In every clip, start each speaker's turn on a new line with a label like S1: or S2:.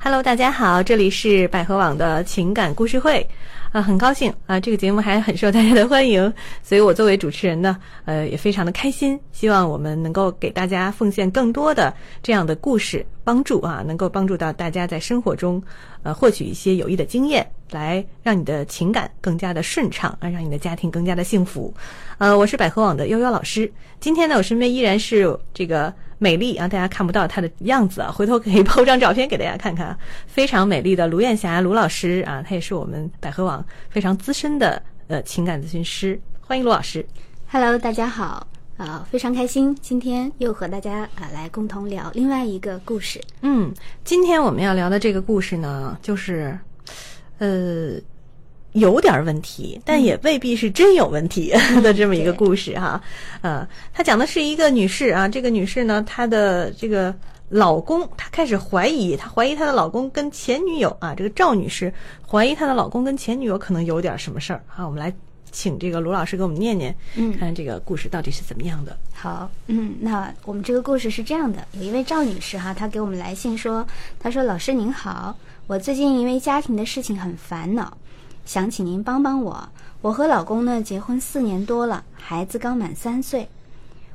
S1: Hello，大家好，这里是百合网的情感故事会，啊、很高兴啊、这个节目还很受大家的欢迎，所以我作为主持人呢，呃，也非常的开心，希望我们能够给大家奉献更多的这样的故事帮助啊，能够帮助到大家在生活中，呃，获取一些有益的经验，来让你的情感更加的顺畅，啊，让你的家庭更加的幸福。呃，我是百合网的悠悠老师，今天呢，我身边依然是这个美丽啊，大家看不到她的样子啊， 回头可以抛张照片给大家看看啊，非常美丽的卢艳霞卢老师啊，她也是我们百合网非常资深的呃情感咨询师，欢迎卢老师。
S2: Hello，大家好，啊、非常开心，今天又和大家啊、来共同聊另外一个故事。
S1: 嗯，今天我们要聊的这个故事呢，就是，呃，有点儿问题，但也未必是真有问题
S2: 嗯
S1: 的这么一个故事哈。呃，她讲的是一个女士啊，这个女士呢，她的这个老公，她开始怀疑，她怀疑她的老公跟前女友啊，这个赵女士怀疑她的老公跟前女友可能有点儿什么事儿啊。我们来请这个卢老师给我们念念，
S2: 嗯
S1: 看看这个故事到底是怎么样的。
S2: 好，嗯，那我们这个故事是这样的，有一位赵女士哈，她给我们来信说，她说：“老师您好，我最近因为家庭的事情很烦恼，想请您帮帮我。我和老公呢结婚四年多了，孩子刚满三岁，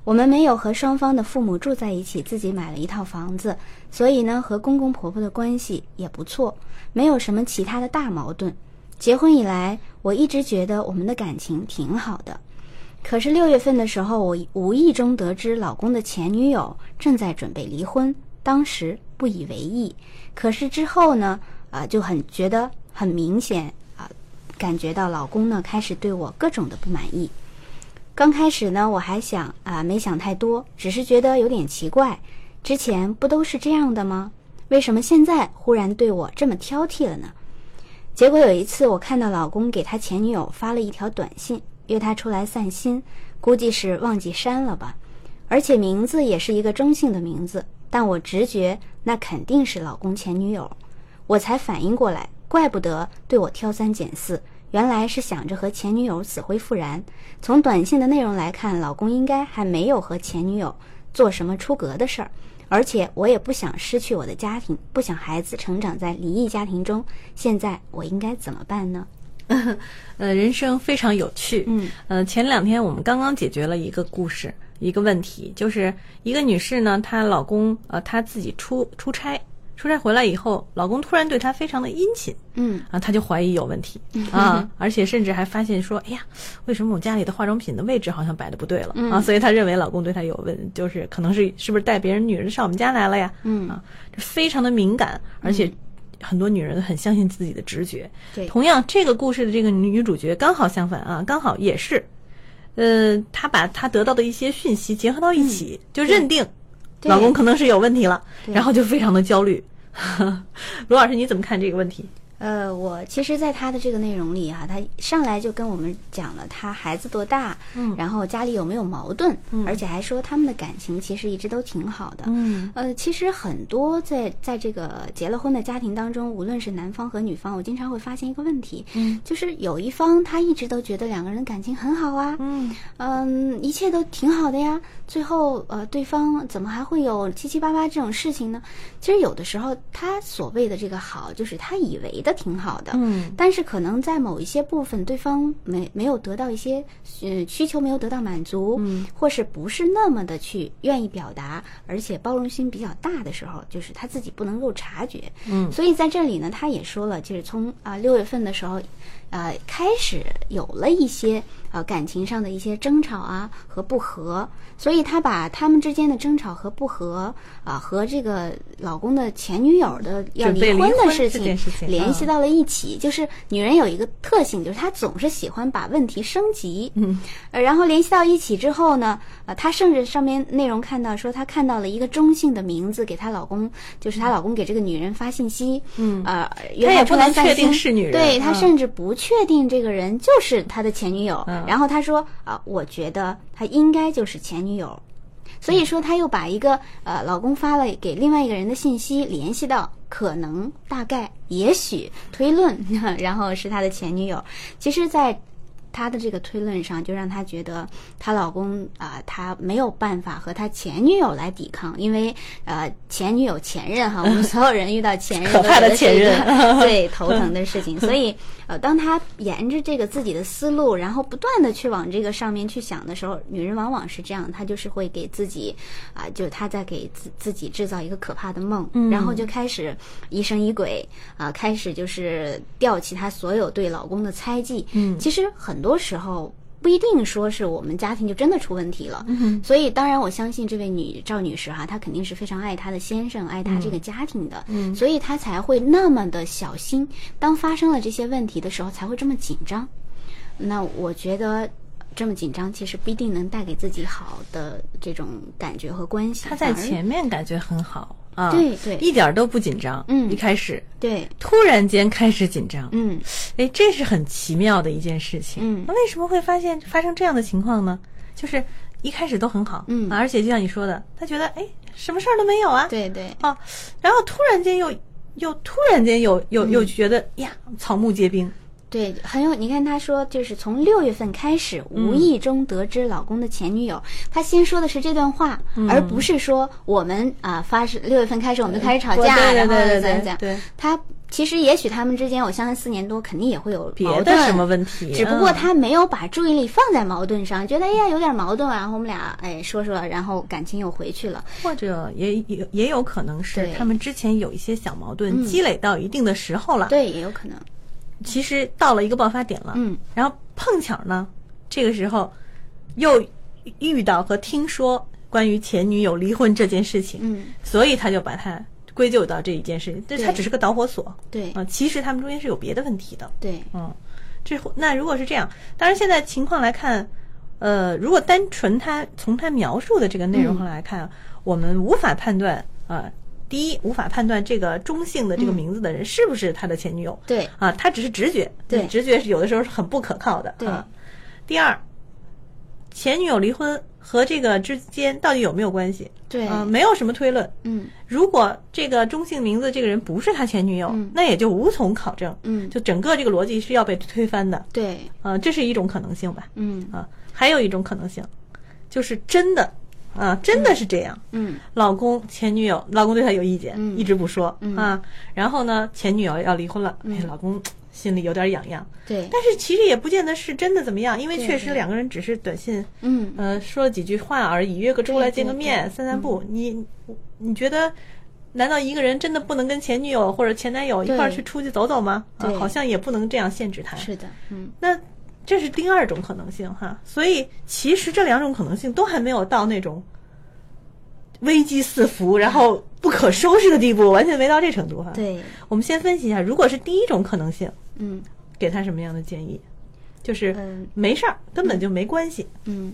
S2: 我们没有和双方的父母住在一起，自己买了一套房子，所以呢和公公婆婆的关系也不错，没有什么其他的大矛盾。结婚以来，我一直觉得我们的感情挺好的。可是六月份的时候，我无意中得知老公的前女友正在准备离婚，当时不以为意。可是之后呢，啊、就很觉得很明显啊、感觉到老公呢开始对我各种的不满意。刚开始呢，我还想啊、没想太多，只是觉得有点奇怪，之前不都是这样的吗？为什么现在忽然对我这么挑剔了呢？结果有一次，我看到老公给他前女友发了一条短信，约她出来散心，估计是忘记删了吧。而且名字也是一个中性的名字，但我直觉那肯定是老公前女友，我才反应过来，怪不得对我挑三拣四，原来是想着和前女友死灰复燃。从短信的内容来看，老公应该还没有和前女友做什么出格的事儿，而且我也不想失去我的家庭，不想孩子成长在离异家庭中。现在我应该怎么办呢？
S1: 呃，人生非常有趣。
S2: 嗯，
S1: 呃，前两天我们刚刚解决了一个故事，一个问题，就是一个女士呢，她老公呃，她自己出出差，出差回来以后，老公突然对她非常的殷勤，
S2: 嗯
S1: 啊，她就怀疑有问题啊，而且甚至还发现说，哎呀，为什么我家里的化妆品的位置好像摆的不对了、啊？所以她认为老公对她有问，就是可能是是不是带别人女人上我们家来了呀？
S2: 嗯
S1: 啊，这非常的敏感，而且很多女人很相信自己的直觉。
S2: 对
S1: 同样这个故事的这个女女主角刚好相反啊，刚好也是，呃，她把她得到的一些讯息结合到一起，就认定
S2: 嗯对
S1: 老公可能是有问题了，
S2: 对
S1: 然后就非常的焦虑。 罗老师，你怎么看这个问题？
S2: 呃，我其实，在他的这个内容里哈、他上来就跟我们讲了他孩子多大，
S1: 嗯
S2: 然后家里有没有矛盾，而且还说他们的感情其实一直都挺好的。
S1: 嗯
S2: 呃，其实很多在在这个结了婚的家庭当中，无论是男方和女方，我经常会发现一个问题，
S1: 嗯
S2: 就是有一方他一直都觉得两个人的感情很好啊，
S1: 嗯
S2: 嗯，一切都挺好的呀。最后，呃，对方怎么还会有七七八八这种事情呢？其实有的时候，他所谓的这个好，就是他以为的挺好的，
S1: 嗯
S2: 但是可能在某一些部分，对方没没有得到一些呃需求没有得到满足，
S1: 嗯
S2: 或是不是那么的去愿意表达，而且包容心比较大的时候，就是他自己不能够察觉。
S1: 嗯
S2: 所以在这里呢，他也说了，就是从啊六、月份的时候，呃开始有了一些呃感情上的一些争吵啊和不和，所以他把他们之间的争吵和不和啊、和这个老公的前女友的要
S1: 准备
S2: 离
S1: 离
S2: 婚
S1: 婚
S2: 的事
S1: 这
S2: 情
S1: 件事情
S2: 联系
S1: 嗯
S2: 到。到了一起，就是女人有一个特性，就是她总是喜欢把问题升级，
S1: 嗯
S2: 呃，然后联系到一起之后呢，呃，她甚至上面内容看到说她看到了一个中性的名字给她老公，就是她老公给这个女人发信息，
S1: 嗯
S2: 呃，约
S1: 她也
S2: 她
S1: 不
S2: 出来
S1: 能
S2: 散
S1: 确定
S2: 心
S1: 是女人
S2: 对她
S1: 嗯
S2: 甚至不确定这个人就是她的前女友，
S1: 嗯
S2: 然后她说啊、我觉得她应该就是前女友，所以说，她又把一个呃老公发了给另外一个人的信息联系到可能、 大概、也许、推论，然后是他的前女友。其实，在她的这个推论上，就让她觉得她老公啊、她没有办法和她前女友来抵抗，因为呃前女友前任哈，我们所有人遇到前任
S1: 可怕的
S2: 都觉得是一个
S1: 前 任
S2: 最头疼的事情，所以呃，当她沿着这个自己的思路，然后不断的去往这个上面去想的时候，女人往往是这样，她就是会给自己啊、就她在给自自己制造一个可怕的梦，
S1: 嗯
S2: 然后就开始疑神疑鬼啊、开始就是吊起她所有对老公的猜忌，
S1: 嗯
S2: 其实很多时候不一定说是我们家庭就真的出问题了，
S1: 嗯
S2: 所以当然我相信这位女赵女士哈、她肯定是非常爱她的先生，爱她这个家庭的，
S1: 嗯
S2: 所以她才会那么的小心，当发生了这些问题的时候才会这么紧张。那我觉得。这么紧张，其实不一定能带给自己好的这种感觉和关系。
S1: 他在
S2: 反而
S1: 前面感觉很好啊，
S2: 对对
S1: 一点儿都不紧张，
S2: 嗯
S1: 一开始
S2: 对，
S1: 突然间开始紧张，
S2: 嗯，
S1: 哎，这是很奇妙的一件事情。
S2: 嗯
S1: 那为什么会发现发生这样的情况呢？就是一开始都很好，
S2: 嗯
S1: 啊而且就像你说的，他觉得哎，什么事儿都没有啊，
S2: 对对，
S1: 啊，然后突然间又又突然间又
S2: 嗯
S1: 又又觉得、呀，草木皆兵，
S2: 对，很有。你看，她说就是从六月份开始，无意中得知老公的前女友，她先说的是这段话，
S1: 嗯
S2: 而不是说我们啊、发生六月份开始我们就开始吵
S1: 嗯
S2: 架，
S1: 对对
S2: 然后
S1: 对对
S2: 怎
S1: 对
S2: 样怎样。
S1: 对，
S2: 她其实也许他们之间，我相信四年多肯定也会有矛
S1: 别的
S2: 盾
S1: 什么问题，
S2: 只不过
S1: 嗯
S2: 她没有把注意力放在矛盾上，觉得哎呀有点矛盾啊，然后我们俩哎说说，然后感情又回去了。
S1: 或者也也也有可能是
S2: 对
S1: 他们之前有一些小矛盾
S2: 嗯
S1: 积累到一定的时候了，
S2: 对，也有可能。
S1: 其实到了一个爆发点了，
S2: 嗯，
S1: 然后碰巧呢，这个时候又遇到和听说关于前女友离婚这件事情，
S2: 嗯，
S1: 所以他就把它归咎到这一件事情，这
S2: 对
S1: 它只是个导火索，
S2: 对
S1: 啊、其实他们中间是有别的问题的，
S2: 对，
S1: 嗯，这会那如果是这样，当然现在情况来看，呃，如果单纯他从他描述的这个
S2: 嗯
S1: 内容上来看，我们无法判断啊、呃第一，无法判断这个中性的这个
S2: 嗯
S1: 名字的人是不是他的前女友，
S2: 对
S1: 啊，他只是直觉，
S2: 对
S1: 直觉是有的时候是很不可靠的，
S2: 对
S1: 啊。第二，前女友离婚和这个之间到底有没有关系？
S2: 对
S1: 啊，没有什么推论。
S2: 嗯
S1: 如果这个中性名字这个人不是他前女友，
S2: 嗯
S1: 那也就无从考证。
S2: 嗯，
S1: 就整个这个逻辑是要被推翻的，
S2: 对，
S1: 呃，这是一种可能性吧，
S2: 嗯
S1: 啊，还有一种可能性，就是真的，啊，真的是这样，
S2: 嗯
S1: 老公前女友，老公对她有意见，
S2: 嗯
S1: 一直不说、
S2: 嗯
S1: 啊，然后呢，前女友要离婚了，
S2: 嗯
S1: 哎，老公心里有点痒痒，
S2: 对，
S1: 但是其实也不见得是真的怎么样，因为
S2: 对
S1: 确实
S2: 对
S1: 两个人只是短信，
S2: 嗯
S1: 呃，说了几句话而已，约个出来见个面，
S2: 对对嗯对
S1: 散散步，你你觉得？难道一个人真的不能跟前女友或者前男友一块儿
S2: 对
S1: 去出去走走吗？啊
S2: 对，
S1: 好像也不能这样限制他。
S2: 是的，嗯。
S1: 那这是第二种可能性哈。所以其实这两种可能性都还没有到那种危机四伏，然后不可收拾的地步，完全没到这程度哈。，
S2: 对，
S1: 我们先分析一下，如果是第一种可能性，
S2: 嗯
S1: 给他什么样的建议？就是
S2: 嗯
S1: 没事儿，根本就没关系。
S2: 嗯，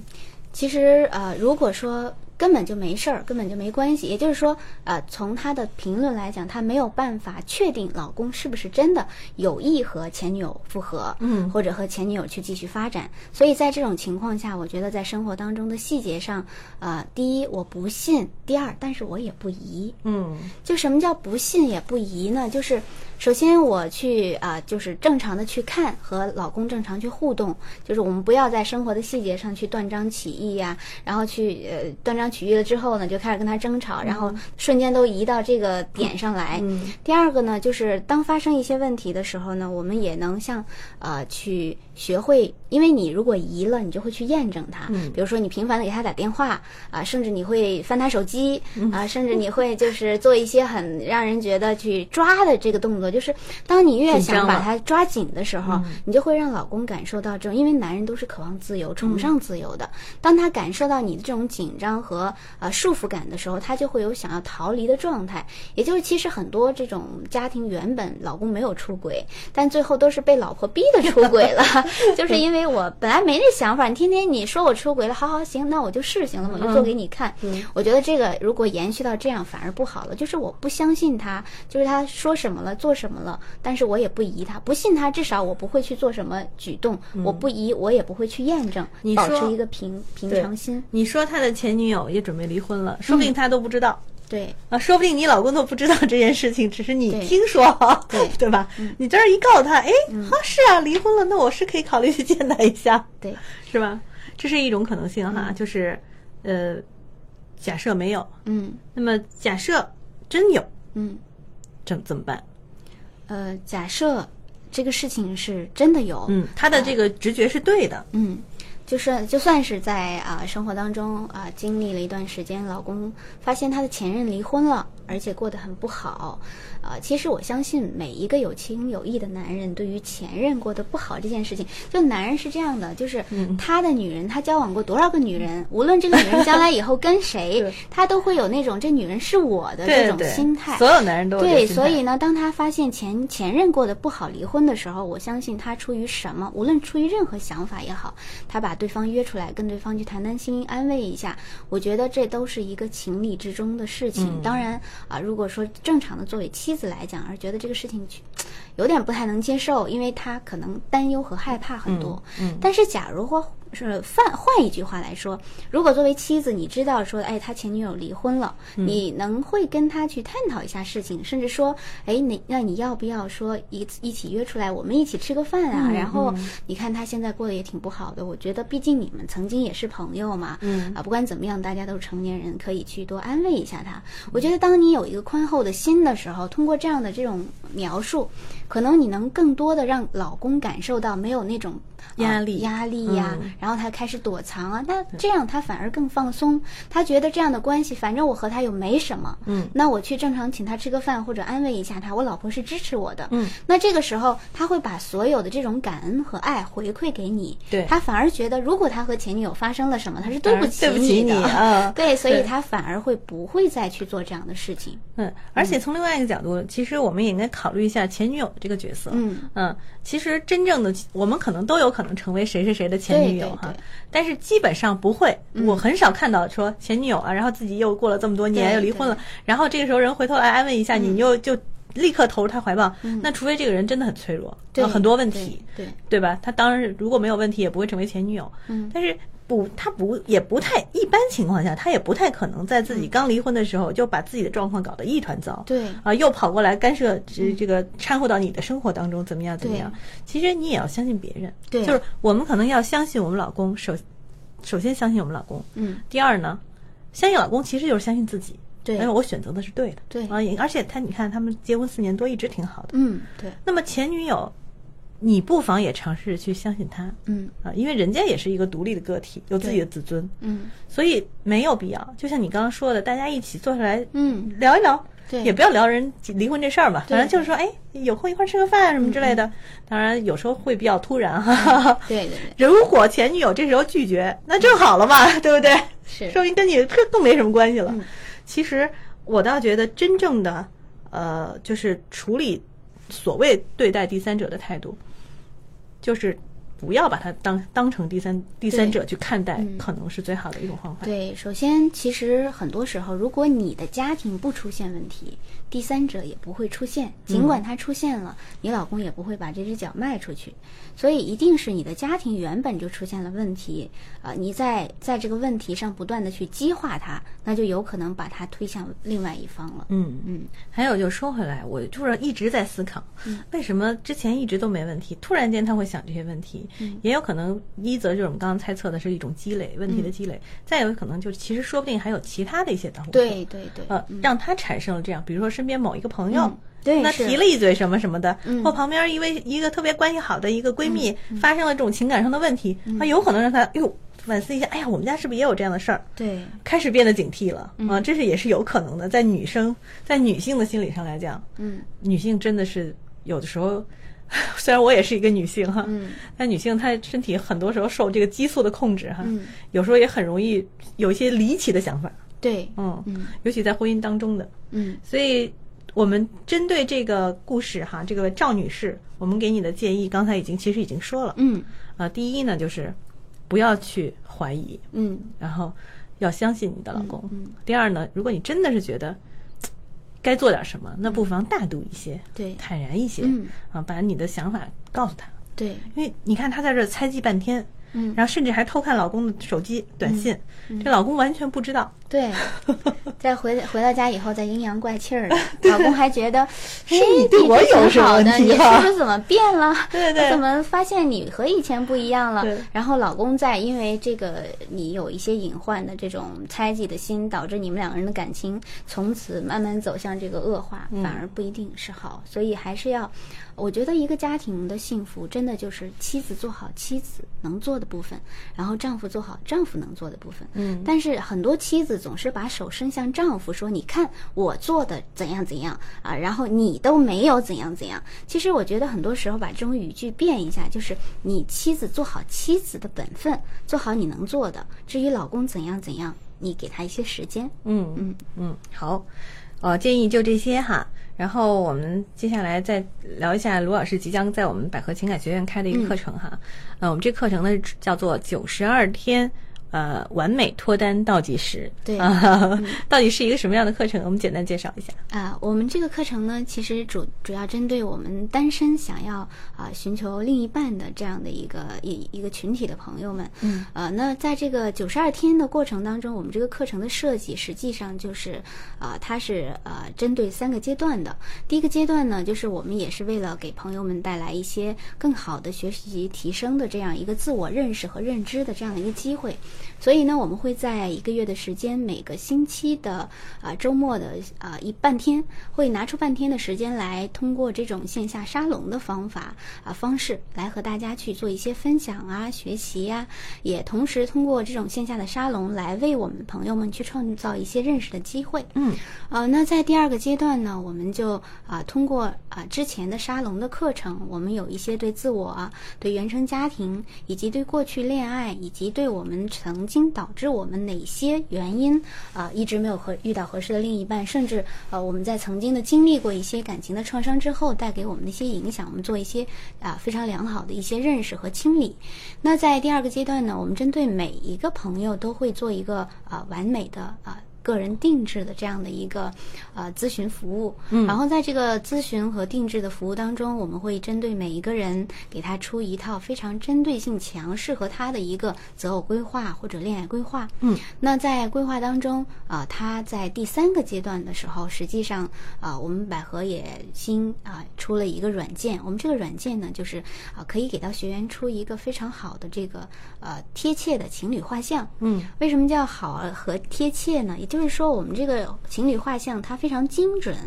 S2: 其实呃，如果说根本就没事儿，根本就没关系，也就是说，呃，从她的评论来讲，她没有办法确定老公是不是真的有意和前女友复合，
S1: 嗯
S2: 或者和前女友去继续发展。所以在这种情况下，我觉得在生活当中的细节上，呃，第一我不信，第二，但是我也不疑，
S1: 嗯
S2: 就什么叫不信也不疑呢？就是首先我去啊、就是正常的去看和老公正常去互动，就是我们不要在生活的细节上去断章取义呀、然后去呃断章取义了之后呢，就开始跟他争吵，然后瞬间都移到这个点上来。
S1: 嗯
S2: 第二个呢，就是当发生一些问题的时候呢，我们也能像呃去学会，因为你如果疑了，你就会去验证它。
S1: 嗯
S2: 比如说你频繁的给他打电话啊、甚至你会翻他手机啊、甚至你会就是做一些很让人觉得去抓的这个动作，就是当你越
S1: 紧张
S2: 想把
S1: 了
S2: 他抓紧的时候，
S1: 嗯
S2: 你就会让老公感受到这种，因为男人都是渴望自由、崇尚自由的。当他感受到你的这种紧张和呃束缚感的时候，他就会有想要逃离的状态。也就是，其实很多这种家庭原本老公没有出轨，但最后都是被老婆逼的出轨 了，就是因为我本来没这想法，你天天你说我出轨了，好好行，那我就试行了，我就做给你看。
S1: 嗯
S2: 我觉得这个如果延续到这样反而不好了，就是我不相信他，就是他说什么了做什么了，但是我也不疑他，不信他，至少我不会去做什么举动，我不疑，我也不会去验证，
S1: 嗯你
S2: 保
S1: 说
S2: 持一个平平
S1: 对
S2: 常心。
S1: 嗯你说他的前女友也准备离婚了，说不定他都不知道。
S2: 对
S1: 啊，说不定你老公都不知道这件事情，只是你
S2: 对
S1: 听说，
S2: 对 嗯
S1: 吧？你这儿一告诉他，哎，啊是啊，离婚了，那我是可以考虑去见他一下，
S2: 对
S1: 是吧？这是一种可能性哈，就是，呃，假设没有，
S2: 嗯
S1: 那么假设真有，
S2: 嗯
S1: 怎怎么办？
S2: 呃，假设这个事情是真的有，
S1: 嗯，他的这个直觉是对的，
S2: 嗯，就是就算是在啊、生活当中啊、经历了一段时间，老公发现他的前任离婚了，而且过得很不好，啊、其实我相信每一个有情有义的男人，对于前任过得不好这件事情，就男人是这样的，就是
S1: 嗯
S2: 他的女人，他交往过多少个女人，无论这个女人将来以后跟 谁
S1: 对，
S2: 他都会有那种这女人是我
S1: 对
S2: 的嗯这
S1: 对
S2: 种
S1: 对，
S2: 心态。
S1: 所有男人都有这
S2: 对，
S1: 个心态嗯
S2: 所以呢，当他发现前前任过得不好，离婚的时候，我相信他出于什么，无论出于任何想法也好，他把对方约出来，跟对方去谈谈心，安慰一下，我觉得这都是一个情理之中的事情。
S1: 嗯
S2: 当然啊，如果说正常的作为妻子来讲，而觉得这个事情去有点不太能接受，因为他可能担忧和害怕很多。嗯，但是假如或是换换一句话来说，如果作为妻子，你知道说，哎，他前女友离婚了，你能会跟他去探讨一下事情，甚至说，哎，你那你要不要说一一起约出来，我们一起吃个饭啊？然后你看他现在过得也挺不好的，我觉得毕竟你们曾经也是朋友嘛，嗯啊，不管怎么样，大家都是成年人，可以去多安慰一下他。
S1: 嗯
S2: 我觉得当你有一个宽厚的心的时候，通过这样的这种描述，可能你能更多的让老公感受到没有那种呃
S1: 压力嗯
S2: 压力呀、然后他开始躲藏啊，那这样他反而更放松，他觉得这样的关系，反正我和他又没什么，嗯，那我去正常请他吃个饭或者安慰一下他，我老婆是支持我的，嗯，那这个时候他会把所有的这种感恩和爱回馈给你，
S1: 对
S2: 他反而觉得如果他和前女友发生了什么，他是对不起
S1: 对不起
S2: 的，
S1: 你啊
S2: 对，所以
S1: 对
S2: 他反而会不会再去做这样的事情，
S1: 嗯，而且从另外一个角度，其实我们也应该考虑一下前女友的这个角色。
S2: 嗯
S1: 其实真正的我们可能都有可能成为谁谁谁的前女友
S2: 对对
S1: 哈
S2: 对，嗯
S1: 但是基本上不会。我很少看到说前女友啊，然后自己又过了这么多年
S2: 对嗯
S1: 又离婚了，然后这个时候人回头来安慰一下你，你又就立刻投入他怀抱。那除非这个人真的很脆弱，
S2: 对，
S1: 有啊很多问题，
S2: 对，对
S1: 对吧？他当然如果没有问题，也不会成为前女友。
S2: 嗯
S1: 但是不，他不也不太一般情况下，他也不太可能在自己
S2: 嗯
S1: 刚离婚的时候就把自己的状况搞得一团糟。
S2: 对
S1: 啊，又跑过来干涉
S2: 嗯
S1: 这这个掺和到你的生活当中，怎么样怎么样？其实你也要相信别人，
S2: 对
S1: 就是我们可能要相信我们老公，首首先相信我们老公，
S2: 嗯，
S1: 第二呢，相信老公其实就是相信自己，
S2: 对
S1: 哎，我选择的是对的，
S2: 对
S1: 啊，也而且他你看他们结婚四年多一直挺好的，
S2: 嗯，对，
S1: 那么前女友，你不妨也尝试去相信她
S2: 嗯
S1: 啊，因为人家也是一个独立的个体，有自己的自尊，
S2: 嗯
S1: 所以没有必要。就像你刚刚说的，大家一起坐下来
S2: 嗯，
S1: 聊一聊，
S2: 对
S1: 也不要聊人离婚这事儿嘛，
S2: 对
S1: 反
S2: 嗯
S1: 正就是说，哎，有空一块儿吃个饭什么之类的。当然有时候会比较突然哈。
S2: 对对对，
S1: 如果前女友这时候拒绝，那正好了嘛，对不对？
S2: 嗯是嗯
S1: 说明跟你更更没什么关系了。其实我倒觉得真正的呃，就是处理所谓对待第三者的态度，就是不要把它当当成第三第三者去看待，可能是最好的一种方法。
S2: 嗯对，首先，其实很多时候，如果你的家庭不出现问题，第三者也不会出现。尽
S1: 嗯
S2: 管他出现了，你老公也不会把这只脚迈出去。所以，一定是你的家庭原本就出现了问题，啊、你在在这个问题上不断的去激化它，那就有可能把它推向另外一方了。
S1: 嗯
S2: 嗯，
S1: 还有就说回来，我就是一直在思考，为什么之前一直都没问题，突然间他会想这些问题？
S2: 嗯
S1: 也有可能一则就是我们刚刚猜测的是一种积累问题的积累，再有可能就是其实说不定还有其他的一些导火
S2: 嗯对对对，嗯
S1: 呃，让他产生了这样，比如说身边某一个朋友。
S2: 对
S1: 那
S2: 是嗯
S1: 提了一嘴什么什么的，或旁边一位一个特别关系好的一个闺蜜发生了这种情感上的问题，
S2: 嗯
S1: 啊，有可能让他哎呦反思一下，哎呀，我们家是不是也有这样的事儿？
S2: 对
S1: 开始变得警惕
S2: 嗯
S1: 了啊，这是也是有可能的，在女生在女性的心理上来讲，
S2: 嗯，
S1: 女性真的是有的时候， 虽然我也是一个女性哈，
S2: 嗯
S1: 但女性她身体很多时候受这个激素的控制哈，
S2: 嗯
S1: 有时候也很容易有一些离奇的想法，
S2: 对，
S1: 嗯，
S2: 嗯
S1: 尤其在婚姻当中的，
S2: 嗯
S1: 所以我们针对这个故事哈，这个赵女士，我们给你的建议刚才已经其实已经说了，
S2: 嗯
S1: 啊，第一呢就是不要去怀疑，
S2: 嗯，
S1: 然后要相信你的老公。第二呢，如果你真的是觉得嘖该做点什么，那不妨大度一些，
S2: 对
S1: 坦然一些，
S2: 嗯
S1: 啊，把你的想法告诉他。
S2: 对，
S1: 因为你看她在这儿猜忌半天，
S2: 嗯
S1: 然后甚至还偷看老公的手机短信，这老公完全不知道，
S2: 对，再回回到家以后再阴阳怪 气儿的，老公还觉得，哎，你
S1: 对我有
S2: 挺
S1: 什么
S2: 好的，
S1: 问
S2: 你
S1: 题
S2: 是
S1: 啊
S2: 不是怎么变了？
S1: 对
S2: 我
S1: 对
S2: 怎么发现你和以前不一样了
S1: 对？
S2: 然后老公在因为这个你有一些隐患的这种猜忌的心，导致你们两个人的感情从此慢慢走向这个恶化，
S1: 嗯
S2: 反而不一定是好。所以还是要，我觉得一个家庭的幸福真的就是妻子做好妻子能做的部分，然后丈夫做好丈夫能做的部分。
S1: 嗯
S2: 但是很多妻子总是把手伸向丈夫，说：“你看我做的怎样怎样啊，然后你都没有怎样怎样。”其实我觉得很多时候把这种语句变一下，就是你妻子做好妻子的本分，做好你能做的。至于老公怎样怎样，你给他一些时间。
S1: 嗯
S2: 嗯
S1: 嗯，好，呃，建议就这些哈。然后我们接下来再聊一下卢老师即将在我们百合情感学院开的一个课程哈。呃，我们这课程呢叫做九十二天。呃，完美脱单倒计时，
S2: 对
S1: 啊， 到底是一个什么样的课程？我们简单介绍一下。
S2: 啊、我们这个课程呢，其实主主要针对我们单身想要啊、寻求另一半的这样的一个一一个群体的朋友们。
S1: 嗯，
S2: 呃，那在这个九十二天的过程当中，我们这个课程的设计实际上就是啊、它是呃针对三个阶段的。第一个阶段呢，就是我们也是为了给朋友们带来一些更好的学习提升的这样一个自我认识和认知的这样的一个机会。所以呢，我们会在一个月的时间，每个星期的啊、周末的啊、一半天，会拿出半天的时间来，通过这种线下沙龙的方法啊、方式，来和大家去做一些分享啊、学习呀、也同时通过这种线下的沙龙来为我们朋友们去创造一些认识的机会。
S1: 嗯，
S2: 呃，那在第二个阶段呢，我们就啊、通过啊、之前的沙龙的课程，我们有一些对自我、啊、对原生家庭，以及对过去恋爱，以及对我们曾经导致我们哪些原因啊、一直没有和遇到合适的另一半，甚至呃我们在曾经的经历过一些感情的创伤之后带给我们的一些影响，我们做一些啊、非常良好的一些认识和清理。那在第二个阶段呢，我们针对每一个朋友都会做一个啊、完美的啊。个人定制的这样的一个呃咨询服务，嗯，然后在这个咨询和定制的服务当中，我们会针对每一个人给他出一套非常针对性强、适合他的一个择偶规划或者恋爱规划，
S1: 嗯，
S2: 那在规划当中，啊、他在第三个阶段的时候，实际上啊、我们百合也新啊、出了一个软件，我们这个软件呢，就是啊、可以给到学员出一个非常好的这个呃贴切的情侣画像，
S1: 嗯
S2: 为什么叫好和贴切呢？也就是说，我们这个情侣画像它非常精准，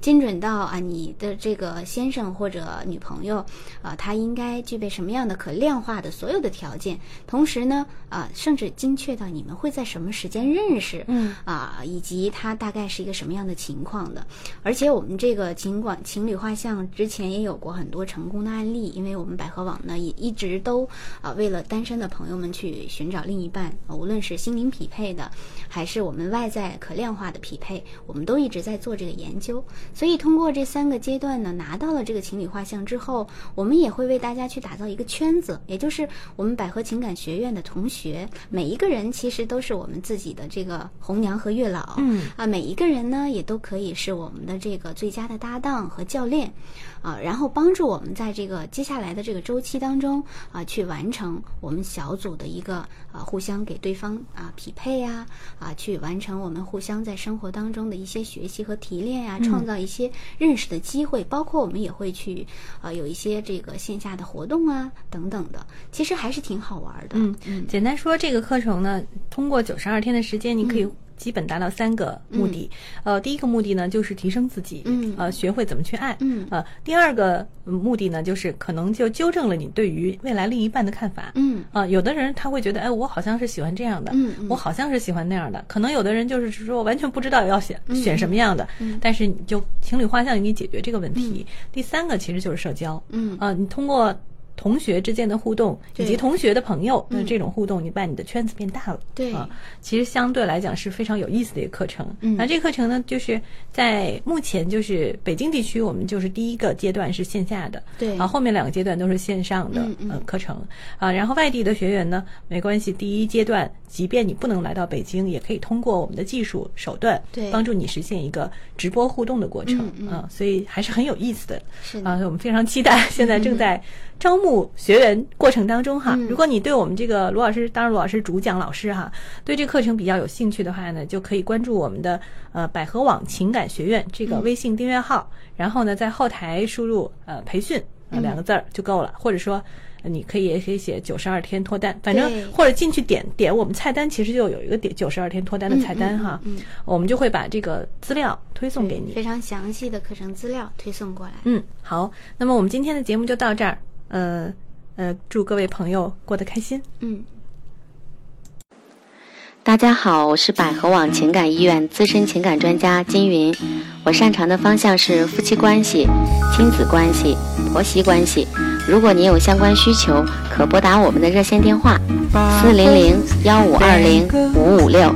S2: 精准到啊，你的这个先生或者女朋友啊，他应该具备什么样的可量化的所有的条件，同时呢啊，甚至精确到你们会在什么时间认识，
S1: 嗯
S2: 啊，以及他大概是一个什么样的情况的。而且我们这个情管情侣画像之前也有过很多成功的案例，因为我们百合网呢也一直都啊、为了单身的朋友们去寻找另一半，啊无论是心灵匹配的，还是我们外在可量化的匹配，我们都一直在做这个研究。所以通过这三个阶段呢，拿到了这个情侣画像之后，我们也会为大家去打造一个圈子，也就是我们百合情感学院的同学，每一个人其实都是我们自己的这个红娘和月老，
S1: 嗯
S2: 啊，每一个人呢也都可以是我们的这个最佳的搭档和教练，啊，然后帮助我们在这个接下来的这个周期当中啊，去完成我们小组的一个啊互相给对方啊匹配呀、啊，去完成我们互相在生活当中的一些学习和提炼
S1: 嗯
S2: 呀、创造一些认识的机会，包括我们也会去啊有一些这个线下的活动啊等等的，其实还是挺好玩的。
S1: 嗯，简单说，这个课程呢，通过九十二天的时间，你可以基本达到三个目的。呃，第一个目的呢，就是提升自己，
S2: 嗯
S1: 呃，学会怎么去爱，
S2: 嗯
S1: 呃，第二个嗯目的呢，就是可能就纠正了你对于未来另一半的看法，
S2: 嗯
S1: 啊、有的人他会觉得，哎，我好像是喜欢这样的，
S2: 嗯嗯
S1: 我好像是喜欢那样的。可能有的人就是说完全不知道要选、
S2: 嗯
S1: 选什么样的，但是你就情侣画像，你解决这个问题。第三个其实就是社交，
S2: 嗯
S1: 啊、你通过同学之间的互动以
S2: 对嗯
S1: 及同学的朋友的这种互动，你把你的圈子变大了，
S2: 对
S1: 啊、其实相对来讲是非常有意思的一个课程。
S2: 嗯
S1: 那这个课程呢，就是在目前就是北京地区，我们就是第一个阶段是线下的，
S2: 对
S1: 啊，后面两个阶段都是线上的
S2: 嗯嗯
S1: 呃课程啊。然后外地的学员呢，没关系，第一阶段即便你不能来到北京，也可以通过我们的技术手段，
S2: 对
S1: 帮助你实现一个直播互动的过程
S2: 嗯嗯
S1: 啊，所以还是很有意思的。
S2: 是的
S1: 啊，我们非常期待，现在正在招募募学员过程当中哈，
S2: 嗯
S1: 如果你对我们这个卢老师，当然卢老师主讲老师哈，对这课程比较有兴趣的话呢，就可以关注我们的呃百合网情感学院这
S2: 嗯
S1: 个微信订阅号，然后呢在后台输入呃培训、呃、
S2: 嗯
S1: 两个字儿就够了，或者说。呃你可以也可以写九十二天脱单，反正
S2: 对
S1: 或者进去点点我们菜单，其实就有一个点九十二天脱单的菜单哈，
S2: 嗯嗯嗯嗯
S1: 我们就会把这个资料推送给你。
S2: 嗯非常详细的课程资料推送过来。
S1: 嗯，好，那么我们今天的节目就到这儿。呃呃，祝各位朋友过得开心。
S2: 嗯，
S3: 大家好，我是百合网情感医院资深情感专家金云。我擅长的方向是夫妻关系、亲子关系、婆媳关系。如果您有相关需求，可拨打我们的热线电话四零零幺五二零五五六。